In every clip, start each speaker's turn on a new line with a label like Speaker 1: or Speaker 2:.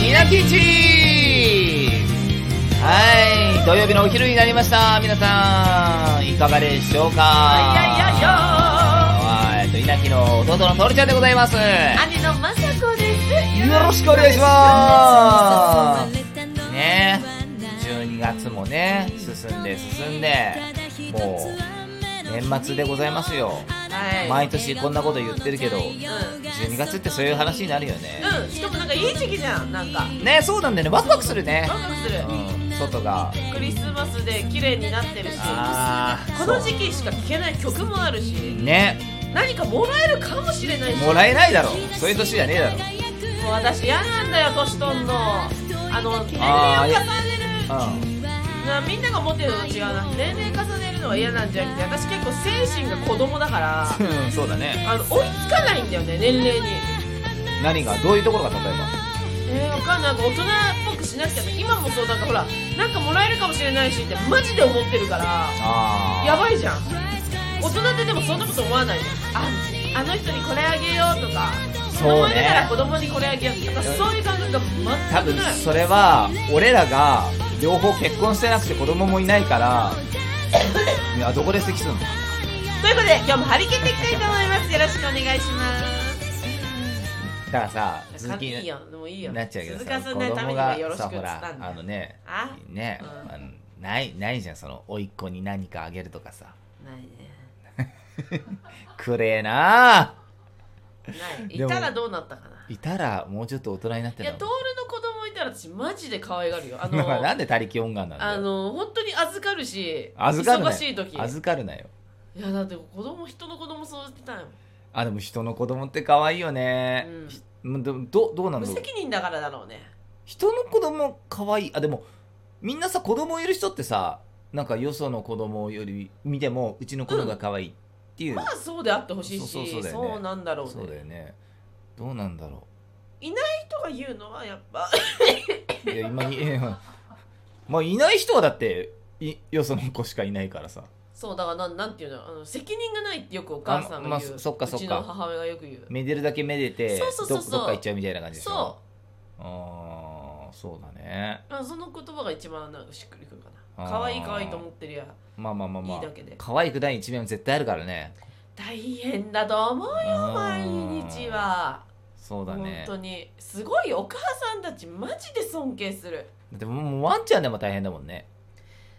Speaker 1: 稲ナティはい土曜日のお昼になりました皆さんいかがでしょうか
Speaker 2: いやいやいや
Speaker 1: はいと稲城の弟のトルちゃんでございます
Speaker 2: 兄のまさこです
Speaker 1: よろしくお願いしますね12月もね進んで進んでもう年末でございますよ
Speaker 2: はい
Speaker 1: 毎年こんなこと言ってるけど
Speaker 2: う
Speaker 1: 12月ってそういう話になるよね
Speaker 2: ん、うん、しかもなんかいい時期じゃんなんか
Speaker 1: ねそうなんだよねワクワクするね
Speaker 2: ワクワクする
Speaker 1: うん外が
Speaker 2: クリスマスで綺麗になってるし
Speaker 1: あー
Speaker 2: この時期しか聴けない曲もあるし
Speaker 1: ね
Speaker 2: 何かもらえるかもしれないし
Speaker 1: もらえないだろそういう年じゃねえだろ
Speaker 2: もう私嫌なんだよ年取んのあの年齢を重ねる
Speaker 1: うん
Speaker 2: なみんなが思ってるのと違うな年齢重ねるのは嫌なんじゃなくて私結構精神が子供だから
Speaker 1: うんそうだね
Speaker 2: あの追いつかないんだよね年齢に
Speaker 1: 何がどういうところが例え
Speaker 2: えー、わかんないなんか大人っぽくしなきゃって今もそうなんかほらなんかもらえるかもしれないしってマジで思ってるか
Speaker 1: ば
Speaker 2: ら
Speaker 1: ああ
Speaker 2: やばいじゃん大人ってでもそんなこと思わないじゃんああの人にこれあげようとか子
Speaker 1: そうね
Speaker 2: 供いるから子供にこれあげようとかそういう感覚が
Speaker 1: 多分
Speaker 2: 全くない
Speaker 1: それは俺らが両方結婚してなくて子供もいないからいやどこで席すんの
Speaker 2: ということで今日も張り切っていきたいと思いますよろしくお願いします
Speaker 1: だからさ続き
Speaker 2: いいよもういいよ
Speaker 1: になっちゃうけど
Speaker 2: 続
Speaker 1: さ
Speaker 2: か
Speaker 1: 子
Speaker 2: せないため
Speaker 1: 供
Speaker 2: にはよ
Speaker 1: が
Speaker 2: ろし
Speaker 1: さ
Speaker 2: く
Speaker 1: ほ
Speaker 2: 伝
Speaker 1: ら
Speaker 2: だ
Speaker 1: あのね
Speaker 2: あ
Speaker 1: ね
Speaker 2: うん
Speaker 1: あのないないじゃんその甥っ子に何かあげるとかさ
Speaker 2: ないね
Speaker 1: くれえなあ
Speaker 2: ない
Speaker 1: で
Speaker 2: い
Speaker 1: も
Speaker 2: たらどうなったかない
Speaker 1: たらもうちょっと大人になってん
Speaker 2: いや
Speaker 1: の
Speaker 2: トールの子供いたら私マジで可愛がるよあ
Speaker 1: だから
Speaker 2: の
Speaker 1: なんで他力本願なんだよ
Speaker 2: あの本当に預かるし
Speaker 1: 預かるな
Speaker 2: 忙しい時
Speaker 1: よ預かるなよ
Speaker 2: いやだって子供人の子供育てたいもん
Speaker 1: あでも人の子供って可愛いよね、うん、どどどうなの
Speaker 2: 無責任だからだろうね
Speaker 1: 人の子供可愛いあでもみんなさ子供いる人ってさなんかよその子供より見てもうちの子のが可愛いっていう、
Speaker 2: まあそうであってほしいし
Speaker 1: そ
Speaker 2: そうう
Speaker 1: そうそうだよね
Speaker 2: なんだろうね
Speaker 1: そうだよねどうなんだろ
Speaker 2: 人が言うのはやっぱ
Speaker 1: ういや今に まあいない人はだっていよその子しかいないからさ
Speaker 2: そうだからなんなんていうのあの責任がないってよくお母さんが言う、
Speaker 1: あまあそそっかそっか
Speaker 2: うちの母親がよく言う
Speaker 1: めでるだけめでて
Speaker 2: そうそうそうそう
Speaker 1: どっどっか行っちゃうみたいな感じでしょ
Speaker 2: そ
Speaker 1: あーそうだね
Speaker 2: うあその言葉が一番なんかしっくりくるか
Speaker 1: あー
Speaker 2: な可愛い可愛いと思ってるや
Speaker 1: まあまあまあま
Speaker 2: いい
Speaker 1: あ
Speaker 2: だけで
Speaker 1: 可愛くない一面は絶対あるからね
Speaker 2: 大変だと思うよ
Speaker 1: うん
Speaker 2: 毎日は
Speaker 1: そうだ
Speaker 2: 本
Speaker 1: ね
Speaker 2: 当にすごいお母さんたちマジで尊敬する
Speaker 1: だってもうワンちゃんでも大変だもんね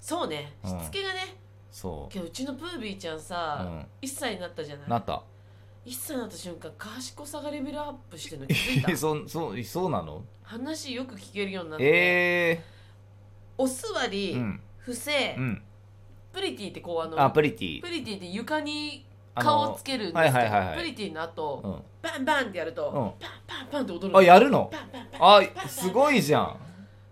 Speaker 2: そうね
Speaker 1: うん
Speaker 2: しつけがね、
Speaker 1: そ
Speaker 2: けどうちのプービーちゃん
Speaker 1: う、う
Speaker 2: さ、
Speaker 1: ん、
Speaker 2: 1歳になったじゃない
Speaker 1: なった
Speaker 2: 一歳になった瞬間賢さがレベルアップしてる の気づいた
Speaker 1: そそうそうなの
Speaker 2: 話よく聞けるようになって、
Speaker 1: え
Speaker 2: お座
Speaker 1: ー、
Speaker 2: り、
Speaker 1: うん
Speaker 2: 伏せ、
Speaker 1: うん
Speaker 2: プリティってこうあの
Speaker 1: あプリティ
Speaker 2: プリティって床に
Speaker 1: あの
Speaker 2: 顔をつけるんですけど、
Speaker 1: はいはいはいはい
Speaker 2: プリティの後、
Speaker 1: うん
Speaker 2: バンバンってやると、
Speaker 1: うん
Speaker 2: パンパンパンって踊るの
Speaker 1: あやるの
Speaker 2: パンパンパン
Speaker 1: あすごいじゃん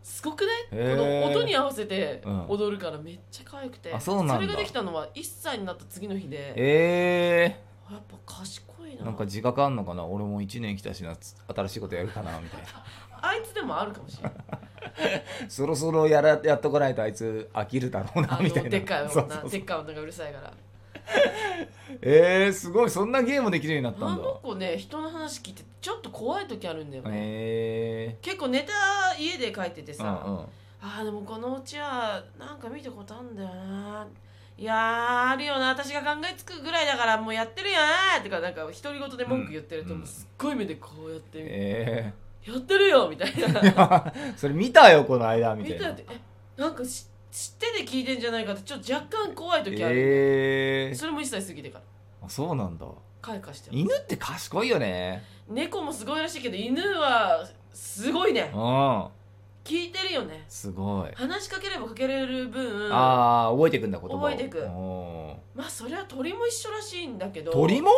Speaker 2: すごくない、
Speaker 1: へー
Speaker 2: この音に合わせて
Speaker 1: うん
Speaker 2: 踊るからめっちゃ可愛くて、
Speaker 1: あそうなんだ
Speaker 2: れができたのは1歳になった次の日で
Speaker 1: え
Speaker 2: やっぱ賢い
Speaker 1: ー、
Speaker 2: な
Speaker 1: なんか自覚あんのかな俺も1年来たしなつ新しいことやるかなみたい
Speaker 2: あいつでもあるかもし れない
Speaker 1: なそろそろやらやっとかないとあいつ飽きるだろうな
Speaker 2: あ
Speaker 1: みたい
Speaker 2: の
Speaker 1: な
Speaker 2: でっかい
Speaker 1: そう
Speaker 2: 女
Speaker 1: そうそ
Speaker 2: で
Speaker 1: う
Speaker 2: っかい女がうるさいから
Speaker 1: えー、すごいそんなゲームできるようになった
Speaker 2: あ
Speaker 1: んだ
Speaker 2: の子ね人の話聞いててちょっと怖い時あるんだよね、
Speaker 1: え
Speaker 2: 結構ネタ家で書いてて
Speaker 1: ー、
Speaker 2: さ、
Speaker 1: うんうん
Speaker 2: あーでもこのうちはなんか見たことあんだよないやーあるよな私が考えつくぐらいだからもうやってるよなーとかなんか独り言で文句言ってると、
Speaker 1: うん
Speaker 2: もうすっごい目でこうやって、
Speaker 1: え
Speaker 2: やってるよみたいな
Speaker 1: ー、 いやそれ見たよこの間み
Speaker 2: 見
Speaker 1: たいな
Speaker 2: たってえなんかし知ってて聞いてんじゃないかってちょっと若干怖い時ある、
Speaker 1: えー、
Speaker 2: それも一切過ぎてから
Speaker 1: あそうなんだ
Speaker 2: 開花してる
Speaker 1: 犬って賢いよね
Speaker 2: 猫もすごいらしいけど犬はすごいね
Speaker 1: うん
Speaker 2: 聞いてるよね
Speaker 1: すごい
Speaker 2: 話しかければかけれる分ま
Speaker 1: ああ覚えていくんだ言葉を
Speaker 2: 覚えてく
Speaker 1: おー
Speaker 2: あそれは鳥も一緒らしいんだけど
Speaker 1: 鳥も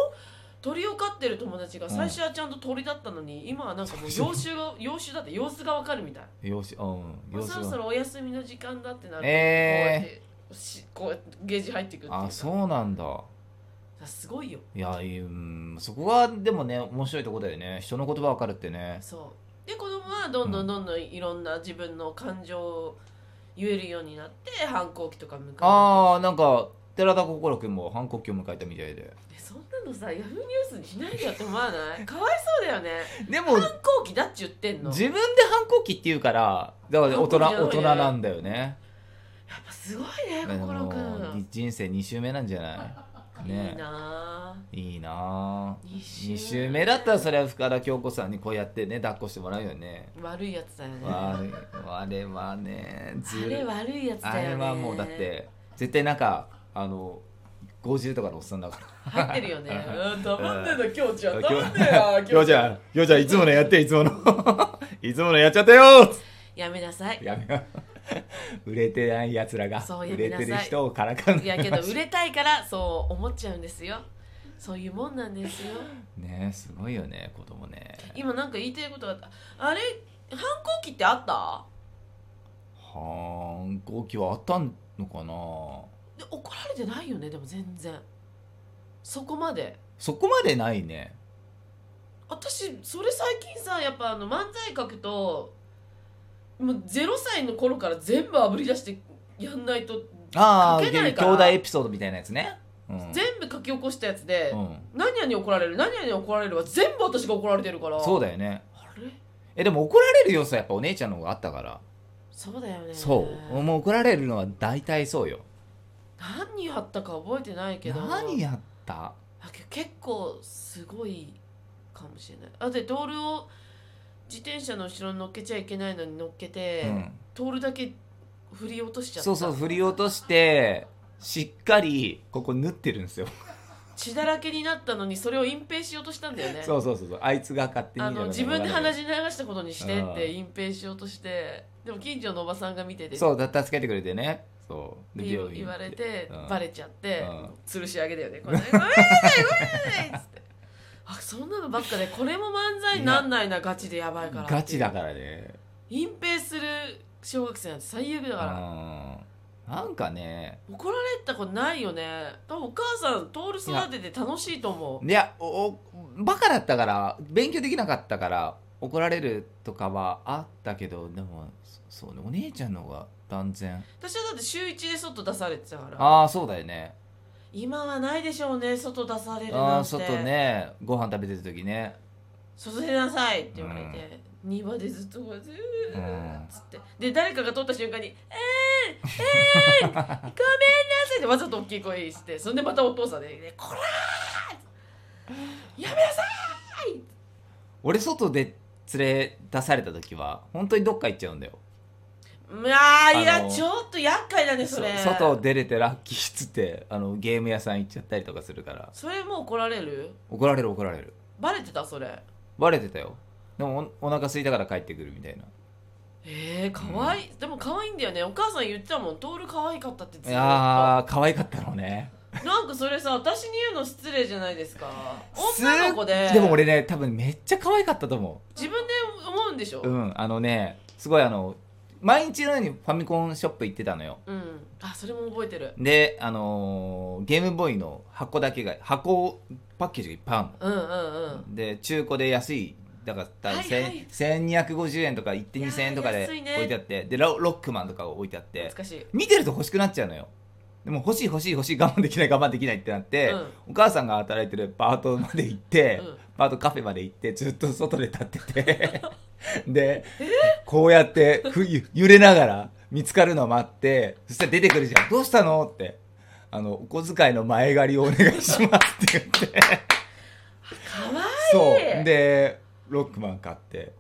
Speaker 2: 鳥を飼ってる友達が最初はちゃんと鳥だったのに、今はなんかもう幼種が幼種だって様子がわかるみたい
Speaker 1: よしうん
Speaker 2: もう
Speaker 1: よし
Speaker 2: そろそろお休みの時間だってなると
Speaker 1: え
Speaker 2: こうやってしこうやってゲージ入ってくるっていうか
Speaker 1: あそうなんだ
Speaker 2: あすごいよ
Speaker 1: いやいいうんそこがでもね面白いとこだよね人の言葉わかるってね
Speaker 2: そうで子供はどんどんどんどんいろんな自分の感情を言えるようになって反抗期とか迎える
Speaker 1: ああなんか寺田心君も反国旗を迎えたみたいで
Speaker 2: えそんなのさヤフーニュースにしないでよって思 わないかわいそうだよね
Speaker 1: でも
Speaker 2: 反抗期だっちゅってんの
Speaker 1: 自分で反抗期って言うからだから大人
Speaker 2: 反抗
Speaker 1: 大
Speaker 2: 期
Speaker 1: 人
Speaker 2: だよね
Speaker 1: なんだよね
Speaker 2: やっぱすごいね
Speaker 1: あ
Speaker 2: 心
Speaker 1: の
Speaker 2: くん
Speaker 1: 人生2周目なんじゃないね
Speaker 2: いな
Speaker 1: ないいな
Speaker 2: ぁ二
Speaker 1: 2周目だったらそれは深田恭子さんにこうやってね抱っこしてもらうよね
Speaker 2: 悪いやつだよね
Speaker 1: わああれはねず
Speaker 2: あ
Speaker 1: るい
Speaker 2: れ悪いやつだ
Speaker 1: あ
Speaker 2: よね
Speaker 1: れはもうだって絶対なんかあの50とかのおっさんだ から
Speaker 2: 入ってるよね うん黙ってんだ京ちゃん
Speaker 1: 今
Speaker 2: 黙
Speaker 1: 日
Speaker 2: ってよ
Speaker 1: 今日じゃん今日じゃんいつものやっていつもの いつものやっちゃったよ
Speaker 2: やめなさい
Speaker 1: やめよう 売れてないやつらが
Speaker 2: そうや
Speaker 1: 売
Speaker 2: め
Speaker 1: れ
Speaker 2: なさい
Speaker 1: てる人をからかん
Speaker 2: い やけど売れたいからそう思っちゃうんですよそういうもんなんですよ
Speaker 1: ねすごいよね子供ね
Speaker 2: 今なんか言いたいことがあったあれ反抗期ってあった
Speaker 1: 反抗期はあったのかな
Speaker 2: で怒られてないよねでも全然そこまで
Speaker 1: そこまでないね
Speaker 2: 私それ最近さやっぱあの漫才書くともう0歳の頃から全部あぶり出してやんないと
Speaker 1: ああ
Speaker 2: 書けな
Speaker 1: 兄
Speaker 2: いから
Speaker 1: 弟エピソードみたいなやつね、うん、
Speaker 2: 全部書き起こしたやつで、
Speaker 1: うん、
Speaker 2: 何々に怒られる何々に怒られるは全部私が怒られてるから
Speaker 1: そうだよね
Speaker 2: あれ
Speaker 1: えでも怒られる要素はやっぱお姉ちゃんの方があったから、
Speaker 2: そうだよね
Speaker 1: そうもう怒られるのは大体そうよ
Speaker 2: 何やったか覚えてないけど
Speaker 1: 何やった
Speaker 2: あけ結構すごいかもしれないあでトールを自転車の後ろに乗っけちゃいけないのに乗っけて、
Speaker 1: うん、
Speaker 2: トールだけ振り落としちゃった
Speaker 1: そうそう振り落としてしっかりここ縫ってるんですよ、
Speaker 2: 血だらけになったのにそれを隠蔽しようとしたんだよね
Speaker 1: そうそうそうそうあいつが勝手に
Speaker 2: あ
Speaker 1: みたい
Speaker 2: の
Speaker 1: なこと
Speaker 2: 自分で
Speaker 1: 言われ
Speaker 2: 鼻
Speaker 1: る
Speaker 2: 血流したことにして
Speaker 1: うん
Speaker 2: って隠蔽しようとしてでも近所のおばさんが見てて
Speaker 1: そうだ助けてくれてねそう
Speaker 2: って
Speaker 1: で病院
Speaker 2: 言われて、
Speaker 1: うん
Speaker 2: バレちゃって、
Speaker 1: うん
Speaker 2: 吊るし上げだよねこれ「ごめんなさいごめんなさい」っつってあそんなのばっかでこれも漫才になんないなガチでやばいから
Speaker 1: ガチだからね
Speaker 2: 隠蔽する小学生なんて最悪だから
Speaker 1: うんなんかね
Speaker 2: 怒られたことないよね多分お母さんトール育てて楽しいと思う
Speaker 1: いやおおバカだったから勉強できなかったから怒られるとかはあったけどでもそそうねお姉ちゃんの方が断然
Speaker 2: 私はだって週1で外出されてたから
Speaker 1: ああそうだよね
Speaker 2: 今はないでしょうね外出される
Speaker 1: あ
Speaker 2: なん
Speaker 1: あ
Speaker 2: て
Speaker 1: 外ねご飯食べてる時ね
Speaker 2: 外出なさいって言われて、庭でずっとこうやってうーっつってで誰かが通った瞬間に「えー、えー、ごめんなさい」ってわざと大きい声してそんでまたお父さんで、ね「こらーやめなさい!」
Speaker 1: 俺外で連れ出された時は本当にどっか行っちゃうんだよ
Speaker 2: まあい
Speaker 1: あ
Speaker 2: や
Speaker 1: の
Speaker 2: ちょっと厄介だねそれ
Speaker 1: そ外出れてラッキーっつってあのゲーム屋さん行っちゃったりとかするから
Speaker 2: それもう怒られる
Speaker 1: 怒られる怒られる
Speaker 2: バレてたそれ
Speaker 1: バレてたよでもおお腹空いたから帰ってくるみたいな
Speaker 2: えー、かわいい、でもかわいいんだよねお母さん言ってたもんトールかわいかったってずっ
Speaker 1: い
Speaker 2: と
Speaker 1: やー可愛かったろうね
Speaker 2: なんかそれさ私に言うの失礼じゃないですか女の子です
Speaker 1: でも俺ね多分めっちゃ可愛かったと思
Speaker 2: 自分で思うんでしょ
Speaker 1: ううんあのねすごいあの毎日のようにファミコンショップ行ってたのよ
Speaker 2: うん、あそれも覚えてる
Speaker 1: であのーゲームボーイの箱だけが箱パッケージがいっぱいある
Speaker 2: うんうんうん
Speaker 1: ので中古で安いだから多分、
Speaker 2: はいはい
Speaker 1: 千1250円とか1手2000円とか
Speaker 2: い
Speaker 1: で
Speaker 2: やー安いね
Speaker 1: 置いてあって、でロロックマンとか置いてあって
Speaker 2: 懐かしい
Speaker 1: 見てると欲しくなっちゃうのよでも欲しい欲しい欲しい我慢できない我慢できないってなって、
Speaker 2: うん
Speaker 1: お母さんが働いてるパートまで行って、
Speaker 2: うん
Speaker 1: パートカフェまで行ってずっと外で立って てでこうやってふゆ揺れながら見つかるの待ってそしたら出てくるじゃん「どうしたの?」って「あのお小遣いの前借りをお願いします」って言って
Speaker 2: かわい
Speaker 1: そうでロックマン買って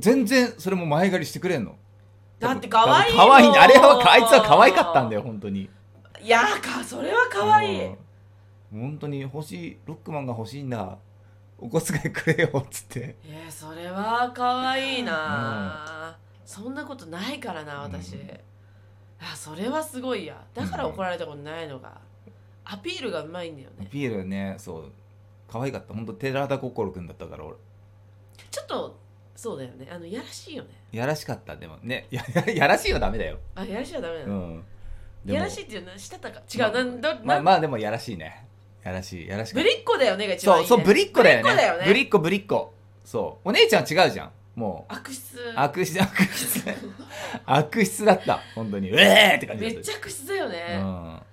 Speaker 1: 全然それも前借りしてくれんの
Speaker 2: だって可愛い
Speaker 1: 可愛いんだあれは
Speaker 2: もん
Speaker 1: あいつは可愛かったんだよ本当に
Speaker 2: いやーかそれはかわいい
Speaker 1: うん本当に欲しいロックマンが欲しいんだお小遣いくれよっつって
Speaker 2: えー、それはかわいいな、そんなことないからな私、
Speaker 1: うん
Speaker 2: あそれはすごいやだから怒られたことないのがアピールがうまいんだよ
Speaker 1: ア
Speaker 2: ね
Speaker 1: ピールねそう可愛かった本当寺田心君だったから俺
Speaker 2: ちょっとそうだよねあのやらしいよね
Speaker 1: やらしかったでもね やややらしいはダメだよ、
Speaker 2: あやらしいはダメな
Speaker 1: う
Speaker 2: の、
Speaker 1: ん、でも
Speaker 2: やらしいっていうのはしたたか違う、なんだ、
Speaker 1: まあ
Speaker 2: なん
Speaker 1: まあでもやらしいねやらしいやらしか
Speaker 2: ぶ
Speaker 1: っ
Speaker 2: りっ子だよねが
Speaker 1: た
Speaker 2: 一番いい、
Speaker 1: そう
Speaker 2: ね、
Speaker 1: そうぶりっ子だよ
Speaker 2: ぶりっ子だよ
Speaker 1: ね
Speaker 2: ね
Speaker 1: ぶりっ子ぶりっ子そうお姉ちゃんは違うじゃんもう
Speaker 2: 悪質
Speaker 1: 悪質悪質 悪質だった本当にうえーって感じ
Speaker 2: め
Speaker 1: だ
Speaker 2: っち
Speaker 1: っ
Speaker 2: ゃ悪質だよね、
Speaker 1: たうん
Speaker 2: あ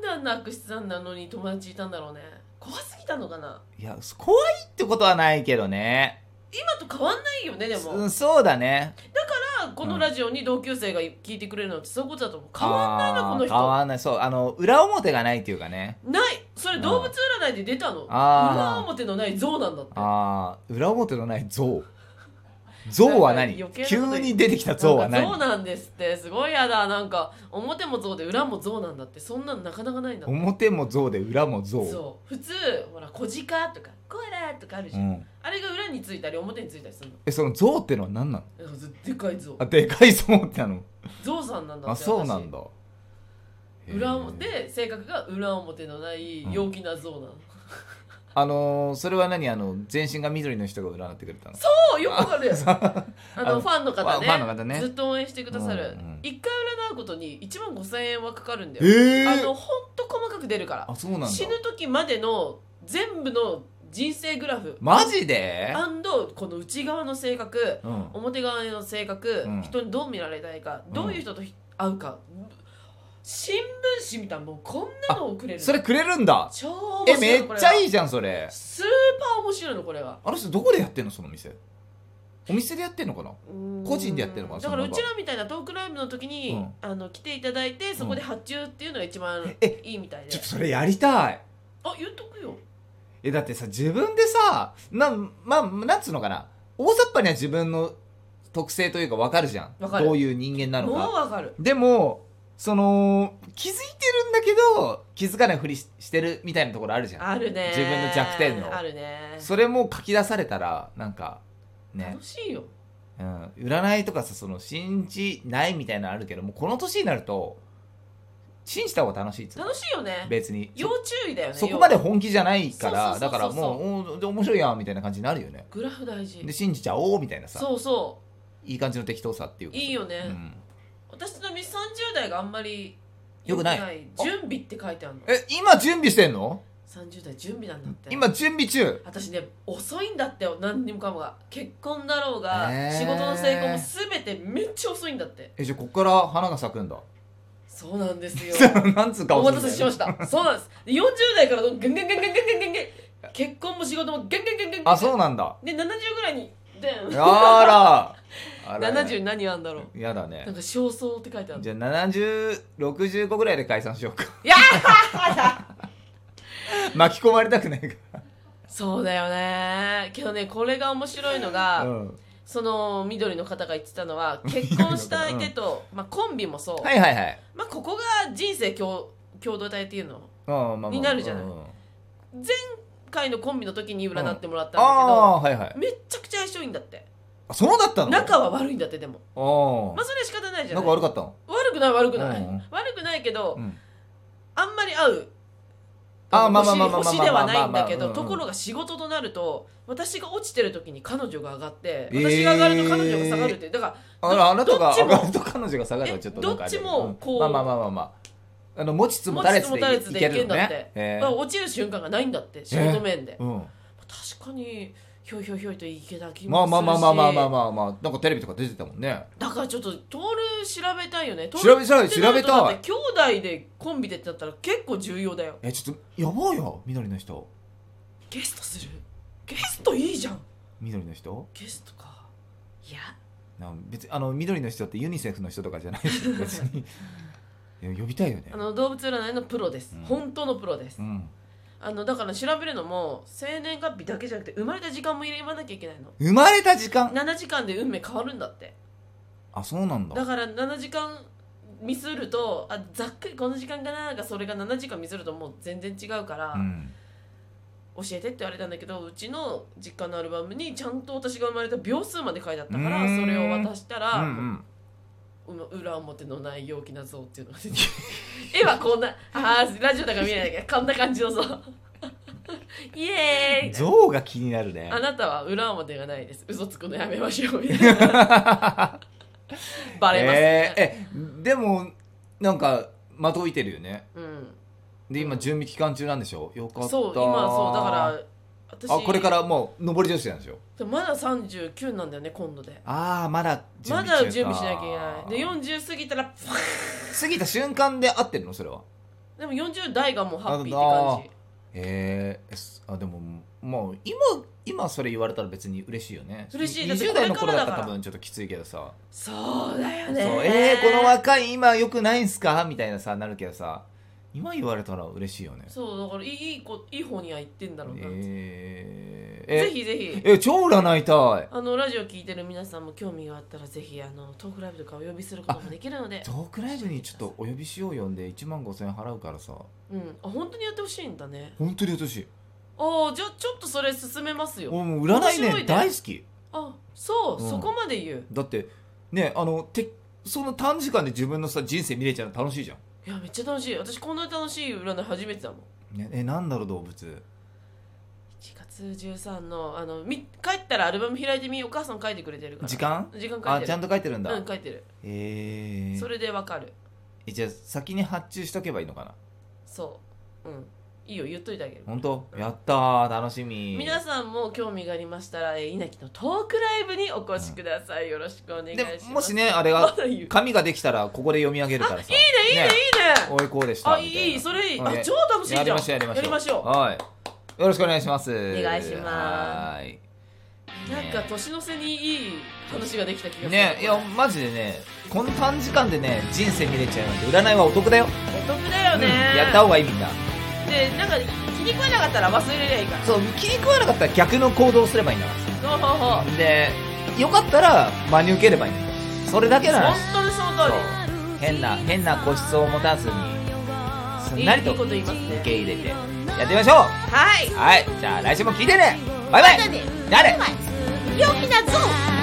Speaker 2: んなんな悪質なんなのに友達いたんだろうね怖すぎたのかない
Speaker 1: や怖いってことはないけどね
Speaker 2: 今と変わんないよねでも
Speaker 1: うんそうだね
Speaker 2: まあこのラジオに同級生が聞いてくれるのってそういうことだと思う変
Speaker 1: 変
Speaker 2: わんないなこの人
Speaker 1: 変わんないそうあの裏表がないっていうかね
Speaker 2: ないそれ動物占いで出たの
Speaker 1: あー
Speaker 2: 裏表のない象なんだって
Speaker 1: ああ裏表のない象象は何
Speaker 2: なんか余計なこと言う
Speaker 1: 急に出てきた象は
Speaker 2: なん
Speaker 1: 何
Speaker 2: か象なんですってすごいやだなんか表も象で裏も象なんだってそんなのなかなかないんだって
Speaker 1: 表も象で裏も象
Speaker 2: そう普通ほら「小鹿」とか「コラ」とかあるじ
Speaker 1: う
Speaker 2: ゃん、
Speaker 1: ん
Speaker 2: あれが裏についたり表についたりするの
Speaker 1: えその象ってのは何なの
Speaker 2: なんかでかい象
Speaker 1: あでかい象ってなの
Speaker 2: 象さんなんだ
Speaker 1: あ
Speaker 2: って
Speaker 1: そうなんだへ
Speaker 2: 私
Speaker 1: ー
Speaker 2: 裏表で性格が裏表のない陽気な象なの、
Speaker 1: あのーそれは何あの全身が緑の人が占ってくれたの
Speaker 2: そうよくわかるあの
Speaker 1: あの
Speaker 2: ファンの方ね
Speaker 1: ファンの方ね
Speaker 2: ずっと応援してくださ
Speaker 1: う
Speaker 2: る、
Speaker 1: んうん
Speaker 2: 一回占うことに1万5000円はかかるんだ
Speaker 1: え
Speaker 2: よ、
Speaker 1: ー
Speaker 2: あのほんと細かく出るから
Speaker 1: あそうなんだ
Speaker 2: 死ぬ時までの全部の人生グラフ
Speaker 1: マジで
Speaker 2: アンドこの内側の性格
Speaker 1: うん
Speaker 2: 表側の性格、
Speaker 1: うん
Speaker 2: 人にどう見られたいか、
Speaker 1: うん
Speaker 2: どういう人とひ会うか新聞紙みたいなもうこんなのをくれるの
Speaker 1: それくれるんだ
Speaker 2: 超面白い
Speaker 1: えめ
Speaker 2: の
Speaker 1: っちゃ
Speaker 2: これ
Speaker 1: い
Speaker 2: はい
Speaker 1: じゃんそれ
Speaker 2: スーパー面白いのこれは
Speaker 1: あの人どこでやってんのその店お店でやってんのかな個人でやってるのかな
Speaker 2: だから
Speaker 1: そうの
Speaker 2: ちらみたいなトークライブの時に、
Speaker 1: うん
Speaker 2: あの来ていただいてそこで発注っていうのが一番
Speaker 1: え
Speaker 2: いいみたいで、
Speaker 1: ちょっとそれやりたい
Speaker 2: あ言っとくよ
Speaker 1: えだってさ自分でさなんまあなんつうのかな大雑把には自分の特性というか分かるじゃん
Speaker 2: わかる
Speaker 1: どういう人間なの
Speaker 2: もう
Speaker 1: か
Speaker 2: わかる
Speaker 1: でもその気づいてるんだけど気づかないふりししてるみたいなところあるじゃん
Speaker 2: あるね
Speaker 1: 自分の弱点の
Speaker 2: あるね
Speaker 1: それも書き出されたらなんかね
Speaker 2: 楽、しいよ
Speaker 1: うん、占いとかさその信じないみたいなのあるけどもうこの年になると信じた方が楽しいっつうの
Speaker 2: 楽しいよね
Speaker 1: 別に
Speaker 2: 要注意だよね
Speaker 1: そこまで
Speaker 2: 要は
Speaker 1: 本気じゃないから
Speaker 2: そうそうそ
Speaker 1: だ
Speaker 2: うそう
Speaker 1: からもうおーで面白いやんみたいな感じになるよね
Speaker 2: グラフ大事
Speaker 1: で信じちゃおうみたいなさ
Speaker 2: そうそ
Speaker 1: いい感じの適当さっていうか
Speaker 2: いいよね
Speaker 1: うん
Speaker 2: う私のミス30代があんまり
Speaker 1: よくないあ
Speaker 2: 準備って書いてあるの
Speaker 1: え今準備してんの
Speaker 2: 30代準備なんだって
Speaker 1: 今準備中
Speaker 2: 私ね遅いんだって何にもかもが結婚だろうが、
Speaker 1: へー
Speaker 2: 仕事の成功も全てめっちゃ遅いんだって
Speaker 1: えじゃあこっから花が咲くんだ
Speaker 2: そうなんですよ
Speaker 1: なんつうか
Speaker 2: お待たせしましたそうなんですで40代からどんガンガンガンガンガンガンガンガン結婚も仕事もガンガンガンガンガン
Speaker 1: あそうなんだ
Speaker 2: で70ぐらいにで
Speaker 1: あらあら
Speaker 2: 70何あんだろう
Speaker 1: やだ
Speaker 2: な
Speaker 1: ね
Speaker 2: んか焦燥って書いてある
Speaker 1: じゃあ7065ぐらいで解散しようか
Speaker 2: いやー
Speaker 1: 巻き込まれたくないか
Speaker 2: そうだよねけどねこれが面白いの
Speaker 1: ら
Speaker 2: が、
Speaker 1: うん
Speaker 2: その緑の方が言ってたのは結婚した相手と、まあ、コンビもそう、
Speaker 1: はいはいはい
Speaker 2: まあ、ここが人生共共同体っていうの
Speaker 1: うんまあまあ
Speaker 2: になるじゃない
Speaker 1: うんうん
Speaker 2: 前回のコンビの時に占ってもらったんだ
Speaker 1: ああーはいはい
Speaker 2: けど、めっちゃくちゃ相性いいんだって
Speaker 1: あそうだったの
Speaker 2: 仲は悪いんだってでも
Speaker 1: あ
Speaker 2: まあそれは仕方ない
Speaker 1: あ
Speaker 2: じゃ
Speaker 1: な
Speaker 2: なん
Speaker 1: か悪
Speaker 2: い
Speaker 1: かったの
Speaker 2: 悪くない悪くない、
Speaker 1: うん
Speaker 2: 悪くないけど、
Speaker 1: うん
Speaker 2: あんまり合う
Speaker 1: あーまあまあ
Speaker 2: 星
Speaker 1: まあまあまあ
Speaker 2: 星ではないんだけ
Speaker 1: まあまあまあま
Speaker 2: ど
Speaker 1: あ
Speaker 2: ところが仕事となると私が落ちてる時に彼女が上がって
Speaker 1: えー
Speaker 2: 私が上がると彼女が下がるってだから
Speaker 1: あらあなた
Speaker 2: ど
Speaker 1: が
Speaker 2: っち
Speaker 1: 上
Speaker 2: も
Speaker 1: がると彼女が下がるはちょっとなんかあれだけ
Speaker 2: どっちもこうん
Speaker 1: まあまあまあまあまああの持ちつ持たれつ
Speaker 2: 持ちつ持たれつ
Speaker 1: でい
Speaker 2: で
Speaker 1: けるの
Speaker 2: いけんだって
Speaker 1: ねへ
Speaker 2: まあ
Speaker 1: ー
Speaker 2: 落ちる瞬間がないんだって仕事面で、
Speaker 1: うん
Speaker 2: 確かにひょいひょいひょいといけた気
Speaker 1: まあ
Speaker 2: もするし
Speaker 1: まあまあまあまあまあまあまあなんかテレビとか出てたもんね
Speaker 2: だからちょっとトール調べたいよねトール
Speaker 1: 調べたい
Speaker 2: ってな
Speaker 1: 調
Speaker 2: る
Speaker 1: べ
Speaker 2: とだ
Speaker 1: た
Speaker 2: っ
Speaker 1: い
Speaker 2: て兄弟でコンビでってなったら結構重要だよ
Speaker 1: えちょっとやばいよ緑の人
Speaker 2: ゲストするゲストいいじゃん
Speaker 1: 緑の人
Speaker 2: ゲストかいや
Speaker 1: なん別にあの緑の人ってユニセフの人とかじゃないですよ別にいや呼びたいよね
Speaker 2: あの動物占いのプロです、
Speaker 1: うん
Speaker 2: 本当のプロです、
Speaker 1: うん
Speaker 2: あのだから調べるのも生年月日だけじゃなくて生まれた時間も入れまなきゃいけないの
Speaker 1: 生まれた時間
Speaker 2: 7時間で運命変わるんだって
Speaker 1: あそうなんだ
Speaker 2: だから7時間ミスるとあざっくりこの時間かながそれが7時間ミスるともう全然違うから、
Speaker 1: うん
Speaker 2: 教えてって言われたんだけどうちの実家のアルバムにちゃんと私が生まれた秒数まで書いてあったか
Speaker 1: う
Speaker 2: ら
Speaker 1: ーん
Speaker 2: それを渡したら、
Speaker 1: うんうん
Speaker 2: うま裏表のない陽気な像っていうのが出てきて 絵はこんなあーラジオだから見えないけどこんな感じの像 イエーイ
Speaker 1: 象が気になるね
Speaker 2: あなたは裏表がないです嘘つくのやめましょうみたいな バレますね、
Speaker 1: えーえでもなんかまといてるよねで
Speaker 2: う
Speaker 1: 今
Speaker 2: ん
Speaker 1: 準備期間中なんでしょよかっ
Speaker 2: うん、
Speaker 1: た
Speaker 2: そう今そうだから私
Speaker 1: あこれからもう上り調子なんでしょ
Speaker 2: でもまだ39なんだよね今度で
Speaker 1: ああまだ
Speaker 2: ま
Speaker 1: 中か
Speaker 2: だ準備しなきゃいけないで40過ぎたらパーン
Speaker 1: 過ぎた瞬間で合ってるのそれは
Speaker 2: でも40代がもうハッピー
Speaker 1: あ
Speaker 2: って感じ
Speaker 1: えー、すあでももう今今それ言われたら別に嬉しいよね
Speaker 2: 嬉しいだって
Speaker 1: 20
Speaker 2: こ
Speaker 1: 代の頃
Speaker 2: れから
Speaker 1: だったら
Speaker 2: だか
Speaker 1: 多
Speaker 2: ら
Speaker 1: 分ちょっときついけどさ
Speaker 2: そうだよ
Speaker 1: そう
Speaker 2: ね
Speaker 1: えー、この若い今よくないんすかみたいなさなるけどさ今言われたら嬉しいよね
Speaker 2: そうだからいいいい子いい方には行ってんだろうな、
Speaker 1: えー、
Speaker 2: ぜひぜひ
Speaker 1: え超占いたい
Speaker 2: あのラジオ聞いてる皆さんも興味があったらぜひあのトークライブとかお呼びすることもできるので
Speaker 1: トークライブにちょっとお呼びしようよんで1万5000円払うからさ
Speaker 2: うんあ本当にやってほしいんだね
Speaker 1: 本当に私
Speaker 2: ああじゃあちょっとそれ進めますよ
Speaker 1: 俺もう占い
Speaker 2: 面白い
Speaker 1: ね
Speaker 2: ね
Speaker 1: 大好き
Speaker 2: あそう、
Speaker 1: うん
Speaker 2: そこまで言う
Speaker 1: だってねあのてその短時間で自分のさ人生見れちゃうの楽しいじゃん
Speaker 2: いやめっちゃ楽しい私こんな楽しい占い初めてだもん
Speaker 1: ね、えなんだろう動物
Speaker 2: 1月13のあのみ帰ったらアルバム開いてみお母さん書いてくれてるから
Speaker 1: 時間
Speaker 2: 時間書い
Speaker 1: あ
Speaker 2: てる
Speaker 1: ちゃんと書いてるんだ、
Speaker 2: うん書いてる
Speaker 1: えー
Speaker 2: それでわかる
Speaker 1: えじゃあ先に発注しとけばいいのかな
Speaker 2: そううんいいよ言っといてあげる
Speaker 1: 本当やったー楽しみ
Speaker 2: 皆さんも興味がありましたらえー稲城のトークライブにお越しください、よろしくお願いします
Speaker 1: でもしねあれ
Speaker 2: ま
Speaker 1: が
Speaker 2: だ 言ういいね
Speaker 1: 紙ができたらここで読み上げるからさいい
Speaker 2: いいね
Speaker 1: おいこうでした
Speaker 2: あ
Speaker 1: みたない
Speaker 2: いそれいい、
Speaker 1: は
Speaker 2: あ超楽しいじゃん
Speaker 1: やりましょうやりましょう
Speaker 2: やりましょ
Speaker 1: はいよろしくお願いします
Speaker 2: お願いします
Speaker 1: はーいう
Speaker 2: なんか年の瀬にいい話ができた気がする
Speaker 1: ねいやマジでねこの短時間でね人生見れちゃうなんて占いはお得だよ、
Speaker 2: お得だよ
Speaker 1: うん
Speaker 2: ね、
Speaker 1: やった方がいいみんな
Speaker 2: でなんか気に食わなかったら忘れりゃいいから
Speaker 1: そう気に食わなかったら逆の行動をすればいいんだから
Speaker 2: ほうほうほう
Speaker 1: で、よかったら真に受ければいいんだよそれだけなら
Speaker 2: 本当にその通り
Speaker 1: 変な、変な個室を持たずに、すんなりと
Speaker 2: いいこと言いますね
Speaker 1: 受け入れて、やってみましょ
Speaker 2: はいう
Speaker 1: はい、じゃあ来週も聞いてねバイバイ
Speaker 2: またね
Speaker 1: 誰
Speaker 2: 陽気だぞ